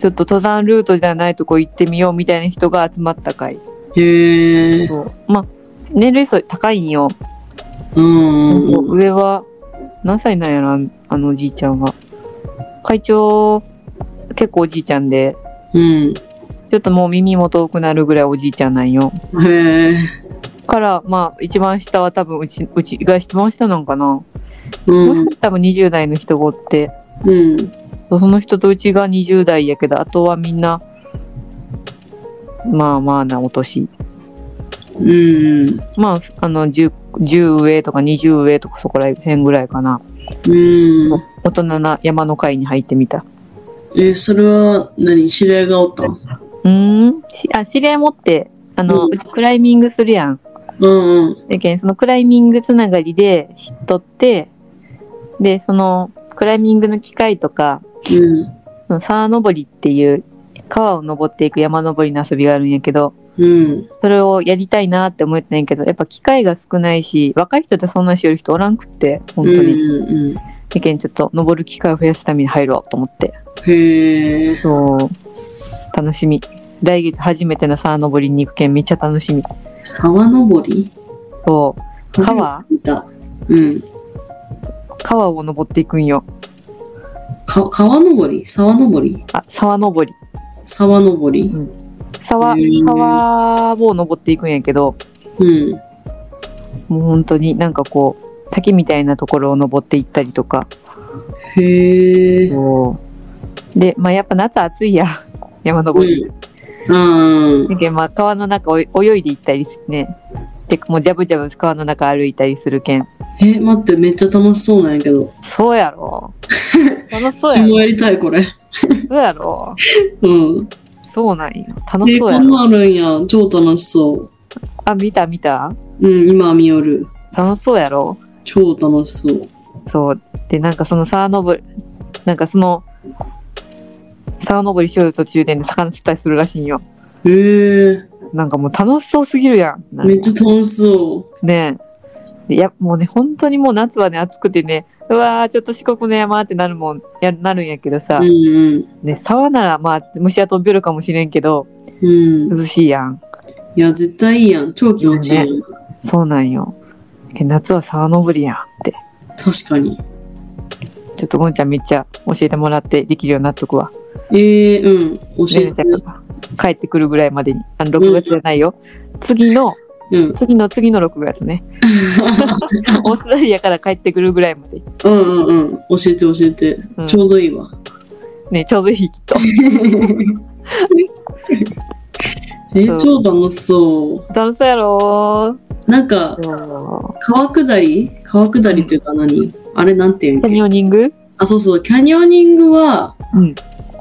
Speaker 1: ちょっと登山ルートじゃないとこ行ってみようみたいな人が集まった会。
Speaker 2: へえ。
Speaker 1: そうまあ、年齢層高いんよ。
Speaker 2: うんうんうん。
Speaker 1: 上は、何歳なんやろ、あのおじいちゃんは。会長、結構おじいちゃんで、
Speaker 2: うん。
Speaker 1: ちょっともう耳も遠くなるぐらいおじいちゃんなんよ。
Speaker 2: へえ。
Speaker 1: から、まあ、一番下は多分うち、うちが一番下なんかな。
Speaker 2: うん。
Speaker 1: 多分20代の人がおって、
Speaker 2: うん。
Speaker 1: その人とうちが20代やけど、あとはみんな、まあまあなお年。
Speaker 2: うん。
Speaker 1: まあ、あの10、10上とか20上とかそこら辺ぐらいかな。
Speaker 2: うん。
Speaker 1: 大人な山の会に入ってみた。
Speaker 2: えー、それは何知り合いがおったん
Speaker 1: うーん。しあ、知り合い持って、あの、
Speaker 2: うん
Speaker 1: うちクライミングするやん。
Speaker 2: うんうん。
Speaker 1: だけんそのクライミングつながりで知っとって、で、その、クライミングの機械とか、
Speaker 2: うん。
Speaker 1: その沢登りっていう、川を登っていく山登りの遊びがあるんやけど、
Speaker 2: うん。
Speaker 1: それをやりたいなって思ってたんやけど、やっぱ機会が少ないし、若い人ってそんなしよる人おらんくって、本
Speaker 2: うん
Speaker 1: 当に。
Speaker 2: うんうん。
Speaker 1: だけんちょっと登る機会を増やすために入ろうと思って。
Speaker 2: へえ。
Speaker 1: そう。楽しみ。来月初めての沢登りに行くけんめっちゃ楽しみ。
Speaker 2: 沢登り
Speaker 1: そう。川
Speaker 2: 初めて聞いた。うん。
Speaker 1: 川を登っていくんよ。
Speaker 2: か川登り沢登り
Speaker 1: あ沢登り
Speaker 2: 沢登り
Speaker 1: 沢
Speaker 2: へー
Speaker 1: 沢を登っていくんやけど
Speaker 2: うん。
Speaker 1: もう本当になんかこう滝みたいなところを登っていったりとか
Speaker 2: へえ。
Speaker 1: で、まあ、やっぱ夏暑いやん山登り、
Speaker 2: うん。
Speaker 1: だけどまあ川の中を泳いでいったりしてねでもうジャブジャブ川の中歩いたりするけん
Speaker 2: え、待って、めっちゃ楽しそうなんやけど。
Speaker 1: そうやろ楽しそう
Speaker 2: 私
Speaker 1: やろ
Speaker 2: もやりたい、これ。
Speaker 1: そうやろ
Speaker 2: うん。
Speaker 1: そうなんよ楽
Speaker 2: え、
Speaker 1: しそう
Speaker 2: こ
Speaker 1: や
Speaker 2: ん
Speaker 1: ろ
Speaker 2: なんあるんや。超楽しそ
Speaker 1: あ見た見た
Speaker 2: う。うん、今見よる。
Speaker 1: 楽しそうやろ
Speaker 2: 超楽しそう。
Speaker 1: そうでなんかその沢登りなんかその沢登りしよる途中でね魚釣ったりするらしいんよ
Speaker 2: へえ。
Speaker 1: なんかもう楽しそうすぎるやんなんか
Speaker 2: めっちゃ楽しそ
Speaker 1: ねえ。いや、もうね、本当にもう夏はね、暑くてね、うわー、ちょっと四国の山ってなるもん、やなるんやけどさ、
Speaker 2: う。うん
Speaker 1: ね、沢ならまあ、虫は飛べるかもしれんけど、
Speaker 2: うん。うん。
Speaker 1: 涼しいやん。
Speaker 2: いや、絶対いいやん。超気持ちいいやん。
Speaker 1: そうなんよ。え夏は沢登りやんって。
Speaker 2: 確かに。
Speaker 1: ちょっとゴンちゃんめっちゃ教えてもらってできるようになっとくわ。
Speaker 2: ええうん。教
Speaker 1: ね
Speaker 2: え
Speaker 1: ねち
Speaker 2: て
Speaker 1: ゃ。んが帰ってくるぐらいまでに。あの、6月じゃないよ。次の、
Speaker 2: うん。
Speaker 1: 次の次の6月 ね。オーストラリアから帰ってくるぐらいまで。
Speaker 2: うんうんうん。教えて教えて。
Speaker 1: うん
Speaker 2: ちょうどいいわ。
Speaker 1: ね、ちょうどいいきっと。
Speaker 2: え
Speaker 1: そう
Speaker 2: 超楽しそ
Speaker 1: 楽しそうやろ
Speaker 2: う。なんか
Speaker 1: ー。、そう
Speaker 2: 川下り川下りっていうか何あれなんていう
Speaker 1: キ
Speaker 2: ん
Speaker 1: ャ
Speaker 2: やっけ
Speaker 1: ニオニング
Speaker 2: あ、そうそう。キャニオニングは、
Speaker 1: うん。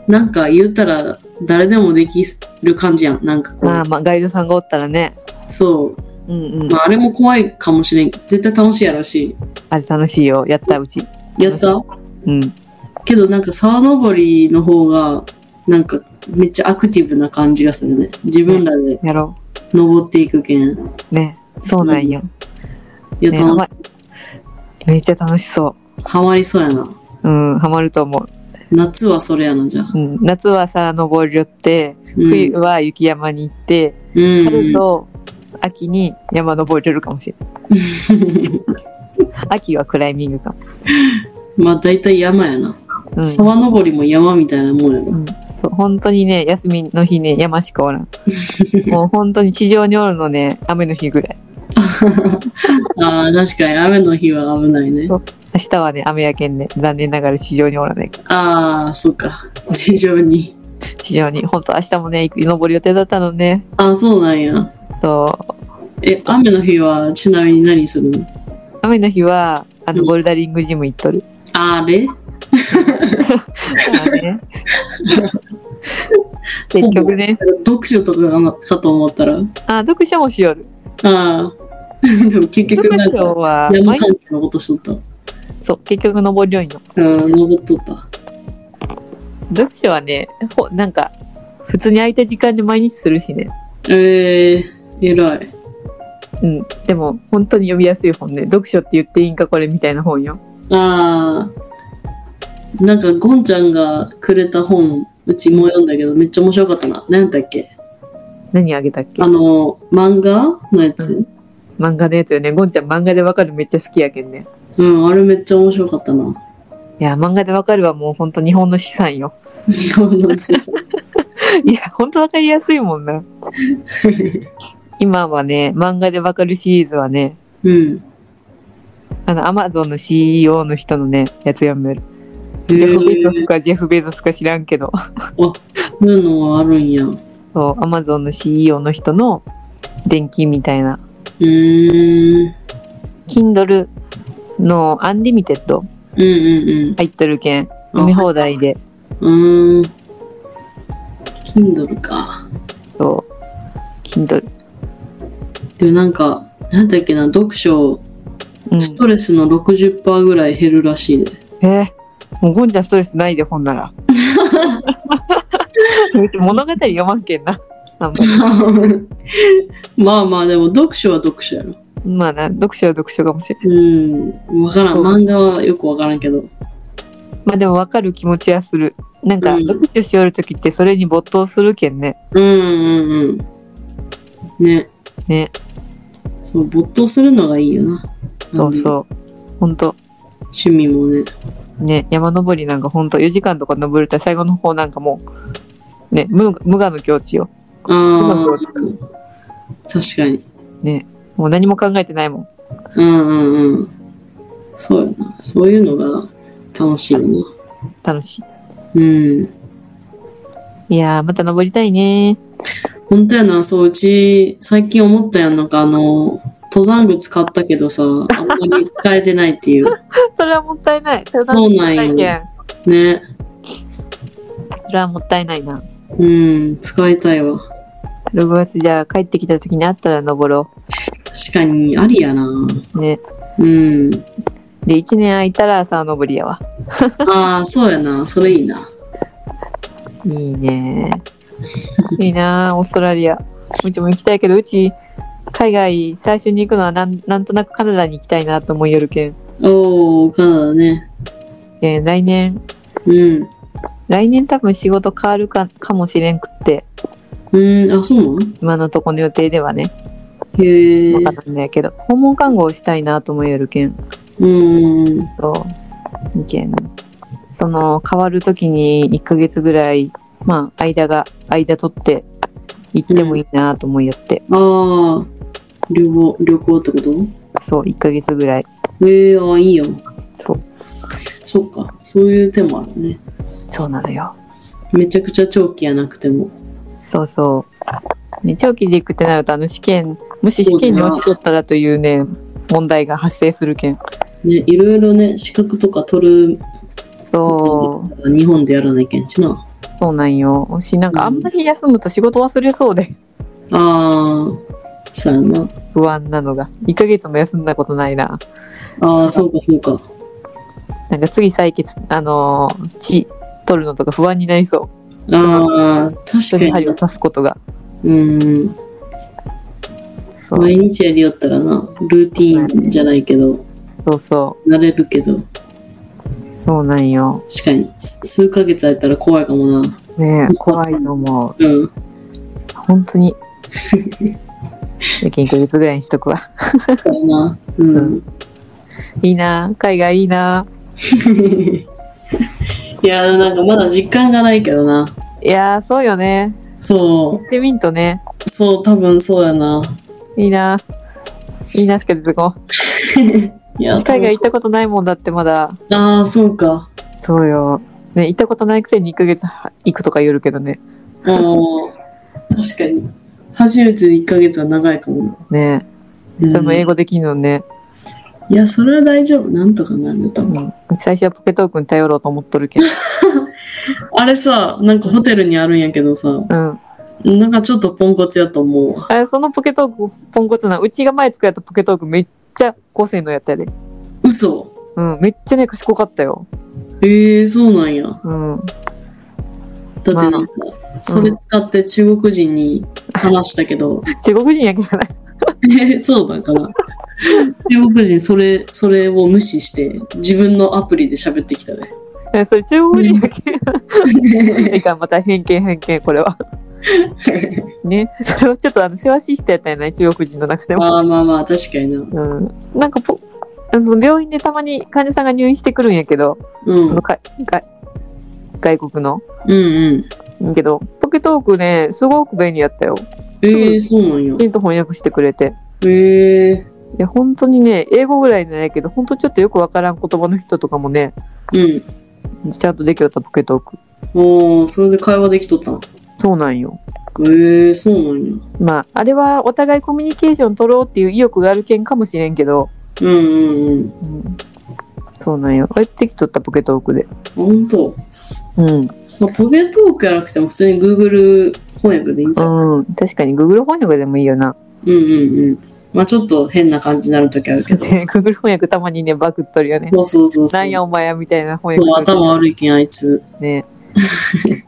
Speaker 2: なんか言ったら誰でもできる感じやん。なんかこ
Speaker 1: まあ
Speaker 2: う。
Speaker 1: まあ、ガイドさんがおったらね。
Speaker 2: そ
Speaker 1: うんう
Speaker 2: う。
Speaker 1: ん。
Speaker 2: まああれも怖いかもしれん。絶対楽しいやろうし。
Speaker 1: あれ楽しいよ。やった、うち。
Speaker 2: やった
Speaker 1: うん。
Speaker 2: けどなんか沢登りの方が、なんかめっちゃアクティブな感じがするね。自分らで
Speaker 1: やろ
Speaker 2: 登っていくけん。
Speaker 1: う。ね。そうなんよ。
Speaker 2: いや、
Speaker 1: ね
Speaker 2: 楽し
Speaker 1: めっちゃ楽しそ
Speaker 2: ハマりそうやな。
Speaker 1: う。うん、ハマると思う。
Speaker 2: 夏はそれやな、じゃあ。
Speaker 1: うん、夏はさ、登り寄って、
Speaker 2: うん。
Speaker 1: 冬は雪山に行って、
Speaker 2: うん
Speaker 1: 春と秋に山登り寄るかもしれない。秋はクライミングかも。
Speaker 2: まあ大体山やな。
Speaker 1: うん。そう
Speaker 2: 沢登りも山みたいなもんやろ。
Speaker 1: 本当にね、休みの日ね、山しかおら ん。もう本当に地上におるのね、雨の日ぐらい。
Speaker 2: ああ、確かに雨の日は危ないね
Speaker 1: そ。う明日はね、雨やけんね、残念ながら地上におらない。
Speaker 2: ああ、そっか。地上に。
Speaker 1: 地上に本当明日もね行く登る予定だったのね
Speaker 2: ああ、そうなんや。
Speaker 1: そう
Speaker 2: え、雨の日はちなみに何するの
Speaker 1: 雨の日はあ
Speaker 2: う
Speaker 1: の
Speaker 2: ん
Speaker 1: ボルダリングジム行っとる、
Speaker 2: あれ
Speaker 1: そうだね結局ね
Speaker 2: 読書とかかなかと思ったら。
Speaker 1: あ読書もしよる
Speaker 2: あ あ。でも結局
Speaker 1: 読
Speaker 2: なん
Speaker 1: 書
Speaker 2: か
Speaker 1: は
Speaker 2: 山
Speaker 1: 毎
Speaker 2: 関係のことしとっ
Speaker 1: そう結局登りよいの
Speaker 2: た。うん、登っとった。
Speaker 1: 読書はねほなんか普通に空いた時間で毎日するしね
Speaker 2: ええー、偉い。
Speaker 1: うんでも本当に読みやすい本ね読書って言っていいんかこれみたいな本よ
Speaker 2: ああ。なんか、ゴンちゃんがくれた本、うちも読んだけど、めっちゃ面白かったな。何だっけ
Speaker 1: 何あげたっけ
Speaker 2: あの、漫画のやつ、
Speaker 1: 漫画のやつよねゴンちゃん漫画でわかるめっちゃ好きやけんね
Speaker 2: うん、あれめっちゃ面白かったな。
Speaker 1: いや漫画でわかるはもう本当日本の資産よ
Speaker 2: 日本の資産。
Speaker 1: いや、ほんとわかりやすいもん な。今はね、漫画でわかるシリーズはね、
Speaker 2: うん。
Speaker 1: あの、アマゾンの CEO の人のね、やつ読める。
Speaker 2: え
Speaker 1: ジェフ・ベゾ
Speaker 2: ー
Speaker 1: ス、かジェフ・ベゾスか知らんけど、
Speaker 2: そういうのはあるんや。う
Speaker 1: そう、アマゾンの CEO の人の電気みたいな。
Speaker 2: ーん。
Speaker 1: Kindle のアンリミテッド
Speaker 2: うんうん
Speaker 1: 入ってるけん、
Speaker 2: うん。
Speaker 1: 読み放題で、
Speaker 2: うーん。Kindle か。
Speaker 1: そう、Kindle。
Speaker 2: でもなんか、なんだっけな、読書、
Speaker 1: うん。
Speaker 2: ストレスの60%ぐらい減るらしいね。
Speaker 1: えーもうゴンちゃんストレスないで、ほんなら。うち物語読まんけんな。あんまり
Speaker 2: まあまあ、でも読書は読書やろ。
Speaker 1: まあな、読書は読書かもしれない。
Speaker 2: うん。わからん。
Speaker 1: そう
Speaker 2: 漫画はよくわからんけど。
Speaker 1: まあでも分かる気持ちはする。なんか、
Speaker 2: うん
Speaker 1: 読書しよるときってそれに没頭するけんね。
Speaker 2: うんうんうん。ね。
Speaker 1: ね。
Speaker 2: そう、没頭するのがいいよな。
Speaker 1: そう
Speaker 2: なんで
Speaker 1: そう。ほんと。
Speaker 2: 趣味もね。
Speaker 1: ね、山登りなんかほんと4時間とか登ると最後の方なんかもう、ね、無無我の境地よ。無我
Speaker 2: あ
Speaker 1: の
Speaker 2: あ
Speaker 1: 境地。
Speaker 2: 確かに。
Speaker 1: もう何も考えてないもん。
Speaker 2: うんうんうん。そうやな。そういうのが楽しいよな。
Speaker 1: 楽し
Speaker 2: うん。
Speaker 1: い。いやー、また登りたいね。
Speaker 2: 本当やな、そう、うち、最近思ったやん、なんかあの、登山靴買ったけどさ、あんまり使えてないっていう。
Speaker 1: それはもったいない。 登山
Speaker 2: そうなん
Speaker 1: 体
Speaker 2: や。
Speaker 1: 験。
Speaker 2: ね。
Speaker 1: それはもったいないな。
Speaker 2: うん、使いたいわ。
Speaker 1: 6月じゃあ帰ってきた時にあったら登ろ
Speaker 2: 確かに、ありやな。
Speaker 1: う。ね。
Speaker 2: うん。
Speaker 1: で、1年空いたら朝登りやわ。
Speaker 2: ああ、そうやな、それいいな。
Speaker 1: いいね。いいなあオーストラリア。うちも行きたいけど、うち、海外最初に行くのはなんなんとなくカナダに行きたいなと思いよるけん。
Speaker 2: おー、カナダね。
Speaker 1: えー来年、
Speaker 2: うん。
Speaker 1: 来年多分仕事変わるかかもしれんくって、
Speaker 2: うん、あ、そうなん
Speaker 1: 今のとこの予定ではね、
Speaker 2: へえ。
Speaker 1: わからんだけど、訪問看護をしたいなと思いよるけん。
Speaker 2: うん。
Speaker 1: そう。いけん。その、変わるときに1ヶ月ぐらい、まあ、間が、間取って、行ってもいいなと思いよって、
Speaker 2: ああ、旅行、旅行ってこと
Speaker 1: そう、1ヶ月ぐらい。
Speaker 2: へえ、ああ、いいやん。
Speaker 1: そう、
Speaker 2: そっか、そういう手もあるね。
Speaker 1: そうなのよ。
Speaker 2: めちゃくちゃ長期やなくても。
Speaker 1: そうそう。ね、長期で行くってなると、あの試験、もし試験に
Speaker 2: そうだな
Speaker 1: 落ちとったらというね、問題が発生するけん。
Speaker 2: ね、いろいろね、資格とか取る
Speaker 1: そ
Speaker 2: から日本でやらなきゃんしな。
Speaker 1: う、そうなんよ。し、なんかあ
Speaker 2: うん
Speaker 1: んまり休むと仕事忘れそうで、
Speaker 2: ああ、そうやな。
Speaker 1: 不安なのが。1ヶ月も休んだことないな。
Speaker 2: ああ、そうか、そうか。
Speaker 1: なんか次採血、あのー血取るのとか不安になりそう。
Speaker 2: ああ、
Speaker 1: 人
Speaker 2: 確
Speaker 1: に
Speaker 2: か
Speaker 1: 針を
Speaker 2: に。
Speaker 1: 刺すことが。
Speaker 2: うん。
Speaker 1: そう
Speaker 2: 毎日やりよったらな、ルーティーンじゃないけど、
Speaker 1: そうそ
Speaker 2: 慣れるけど、
Speaker 1: う。そうなんよ。
Speaker 2: 確かに、す数ヶ月空いたら怖いかもな。
Speaker 1: ねえ怖いと思う。
Speaker 2: うん。
Speaker 1: 本当に。1ヶ月ぐらいにしとくわ。
Speaker 2: そうやな。うん。
Speaker 1: いいな海外いいない
Speaker 2: やー、なんかまだ実感がないけどな。
Speaker 1: いやーそうよね。
Speaker 2: そ
Speaker 1: 行ってみんとね。
Speaker 2: う、そう、多分そうやな。
Speaker 1: いいな。いいなしか出てこん。
Speaker 2: いや、
Speaker 1: 海外行っ
Speaker 2: 多分
Speaker 1: たことないもんだってまだ。
Speaker 2: ああ、そうか。
Speaker 1: そうよ。ね、行ったことないくせに1ヶ月は行くとか言えるけどね。
Speaker 2: あー確かに。初めてで1ヶ月は長いかもな。
Speaker 1: ね
Speaker 2: うん
Speaker 1: それも英語できるのね、
Speaker 2: いや、それは大丈夫。なんとかなるよ、多
Speaker 1: う
Speaker 2: 分。
Speaker 1: ん最初はポケトークに頼ろうと思っとるけど。
Speaker 2: あれさ、なんかホテルにあるんやけどさ、
Speaker 1: うん。
Speaker 2: なんかちょっとポンコツやと思うわ。
Speaker 1: あそのポケトーク、ポンコツな、うちが前作ったポケトークめっちゃ高性能やったやで。
Speaker 2: 嘘。
Speaker 1: うん。めっちゃね、賢かったよ。
Speaker 2: ええー、そうなんや。だ
Speaker 1: うん。
Speaker 2: ってなんか、それ使って中国人に話したけど、
Speaker 1: 中国人やけどね。
Speaker 2: えーそうだから。中国人それ、それを無視して、自分のアプリで喋ってきたね。
Speaker 1: それ中国人やけ ん。いかん、また偏見偏見、これは。ね。 それはちょっとあの、せわしい人やったんやない、中国人の中でも。
Speaker 2: まあまあまあ、確かにな。
Speaker 1: うん。なんかポ、あのその病院でたまに患者さんが入院してくるんやけど、
Speaker 2: うん。う
Speaker 1: そ
Speaker 2: ん
Speaker 1: のかか外国の。
Speaker 2: うん。
Speaker 1: んけど、ポケトークね、すごく便利やったよ。
Speaker 2: ええー、そうなんや
Speaker 1: き。ちんと翻訳してくれて。
Speaker 2: ええ
Speaker 1: いや、本当にね、英語ぐらいじゃないけど、本当ちょっとよくわからん言葉の人とかもね、
Speaker 2: ー。
Speaker 1: ちゃんとできよったポケトーク。
Speaker 2: うん。おー、それで会話できとったの。
Speaker 1: そうなんよ。
Speaker 2: ええー、そうなんや。
Speaker 1: まあ、あれはお互いコミュニケーション取ろうっていう意欲があるけんかもしれんけど、
Speaker 2: うんうんうん。
Speaker 1: うん、そうなんよ。帰ってきとったポケトークで。
Speaker 2: あ本当。
Speaker 1: うん。
Speaker 2: まあ、ポケトークやなくても普通に Google 翻訳でいいんじゃん。
Speaker 1: うん。確かに Google 翻訳でもいいよな。
Speaker 2: うんうんうん。まあちょっと変な感じになるときあるけ ど。
Speaker 1: Google 翻訳たまにね、バグっとるよね。
Speaker 2: そうそうそうそう。
Speaker 1: なんやお前やみたいな翻
Speaker 2: そう
Speaker 1: 訳する
Speaker 2: 頭悪いけん、あいつ。
Speaker 1: ね。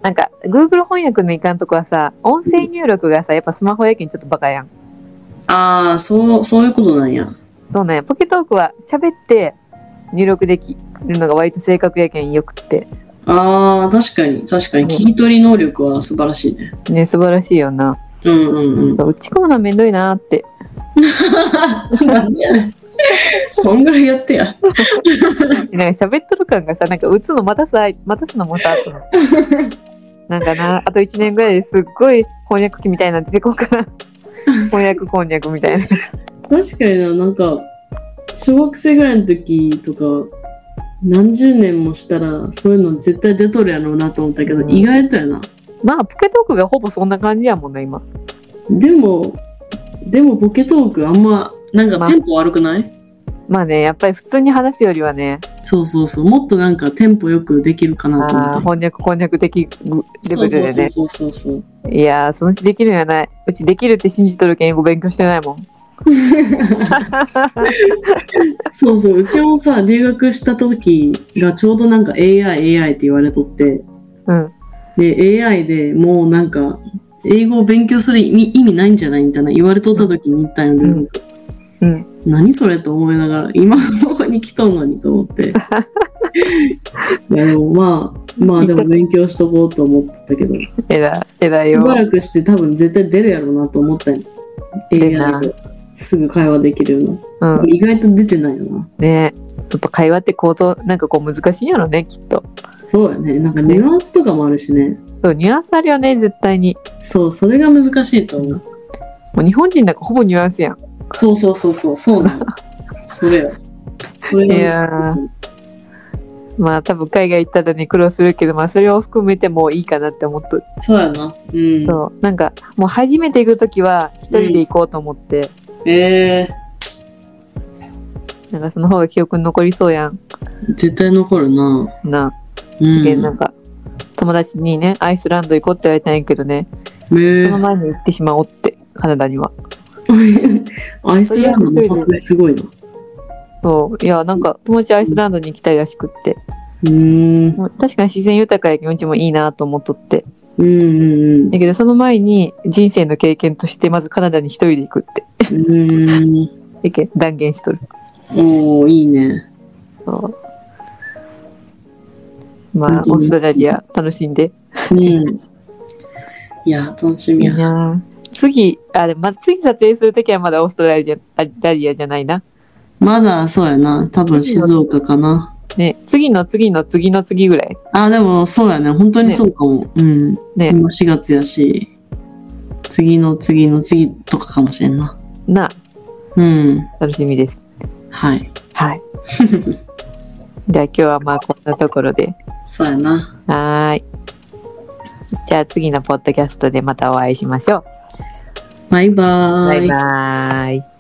Speaker 1: なんか、Google 翻訳のいかんとこはさ、音声入力がさ、やっぱスマホやけんちょっとバカやん。
Speaker 2: ああ、そう、そういうことなんや。
Speaker 1: そうね、ポケトークは喋って入力できるのが割と正確やけんよくって。
Speaker 2: ああ、確かに、確かに。聞き取り能力は素晴らしいね。
Speaker 1: ね、素晴らしいよな。
Speaker 2: うんうんうん。
Speaker 1: 打ち込むのはめんどいなーって。
Speaker 2: なんでやねんそんぐらいやってや。
Speaker 1: なんか喋っとる感がさ、なんか打つの待たす、待たすのもさ、 そのなんかな、あと1年ぐらいですっごい翻訳機みたいなの出てこうから、翻訳こんにゃくみたいな。
Speaker 2: 確かにな、なんか、小学生ぐらいの時とか、何十年もしたら、そういうの絶対出とるやろうなと思ったけど、
Speaker 1: うん
Speaker 2: 意外とやな。
Speaker 1: まあ、ポケトークがほぼそんな感じやもんね、今。
Speaker 2: でも、でもボケトークあんま、なん
Speaker 1: ま
Speaker 2: か
Speaker 1: あ
Speaker 2: テンポ悪くない、
Speaker 1: まあね、やっぱり普通に話すよりはね、
Speaker 2: そうそうそう、もっとなんかテンポよくできるかなと
Speaker 1: あー
Speaker 2: 思って。
Speaker 1: 翻訳こんにゃく的レベ
Speaker 2: そう
Speaker 1: ルで
Speaker 2: そうそ
Speaker 1: ね
Speaker 2: う。そうそうそう。
Speaker 1: いやー、そのうちできるんやない。うちできるって信じとるけん、英語勉強してないもん。
Speaker 2: そうそう、うちもさ、留学した時がちょうどなんか AI、AI って言われとって、
Speaker 1: うん。
Speaker 2: で、AI でもうなんか、英語を勉強する意味意味ないんじゃないみたいな言われとった時に言ったんよ、
Speaker 1: ん
Speaker 2: 留学
Speaker 1: うん。
Speaker 2: 何それと思いながら、今ここに来とんのにと 思って。いや、でもまあ、まあでも勉強しとこうと思ってたけど、し
Speaker 1: えらい、えらいよ
Speaker 2: ば。らくして多分絶対出るやろうなと思ったんよ。
Speaker 1: 出るな
Speaker 2: AI ですぐ会話できるよう
Speaker 1: う
Speaker 2: な。
Speaker 1: ん。
Speaker 2: 意外と出てないよな。
Speaker 1: ねやっぱ会話って行動、なんかこう難しいんやろね、きっと。
Speaker 2: そうやね。なんかニュアンスとかもあるしね。
Speaker 1: そう、ニュアンスあるよね、絶対に。
Speaker 2: そう、それが難しいと思う。
Speaker 1: もう日本人なんかほぼニュアンスやん。
Speaker 2: そうそうそうそう、そうなの。それよ。それ
Speaker 1: い
Speaker 2: が
Speaker 1: やーまあ多分海外行ったらね、苦労するけど、まあそれを含めてもいいかなって思っとる。
Speaker 2: そうやな。うん。
Speaker 1: そう。なんか、もう初めて行くときは、一人で行こうと思って、
Speaker 2: え
Speaker 1: なんかその方が記憶に残りそうやん。
Speaker 2: ー、絶対残るな。
Speaker 1: な。
Speaker 2: う
Speaker 1: で、
Speaker 2: ん。
Speaker 1: なんか、友達にね、アイスランド行こうって言われたんやけどね、
Speaker 2: え
Speaker 1: その
Speaker 2: ー、
Speaker 1: 前に行ってしまおうって、カナダには。
Speaker 2: アイスランドの発想すごいな。う
Speaker 1: そう。いや、なんか、友達アイスランドに行きたいらしくって。
Speaker 2: ーん。
Speaker 1: もう確かに自然豊かや気持ちもいいなと思っとって。
Speaker 2: うんうんうん。
Speaker 1: だけど、その前に人生の経験として、まずカナダに一人で行くって、
Speaker 2: うーん。
Speaker 1: 意見断言しとる。
Speaker 2: おー、いいね。
Speaker 1: そう。まあ、オ
Speaker 2: うん
Speaker 1: ーストラリア楽しんで。
Speaker 2: うん。いや、楽し
Speaker 1: い
Speaker 2: み
Speaker 1: い
Speaker 2: や。
Speaker 1: な次、あ、でも、まあ、次撮影するときはまだオーストラリアあラリアじゃないな。
Speaker 2: まだそうやな。多分静岡かな。
Speaker 1: ね、次の次の次の次ぐらい。
Speaker 2: あ、でもそうやね。本当にそうかも。うん。
Speaker 1: ね
Speaker 2: 今4月やし、次の次の次とかかもしれんな。
Speaker 1: な、
Speaker 2: うん。
Speaker 1: 楽しみです。
Speaker 2: はい。
Speaker 1: はい。じゃあ今日はまあこんなところで。
Speaker 2: そうやな。
Speaker 1: はーい。じゃあ次のポッドキャストでまたお会いしましょう。
Speaker 2: バイバー
Speaker 1: バイバーイ。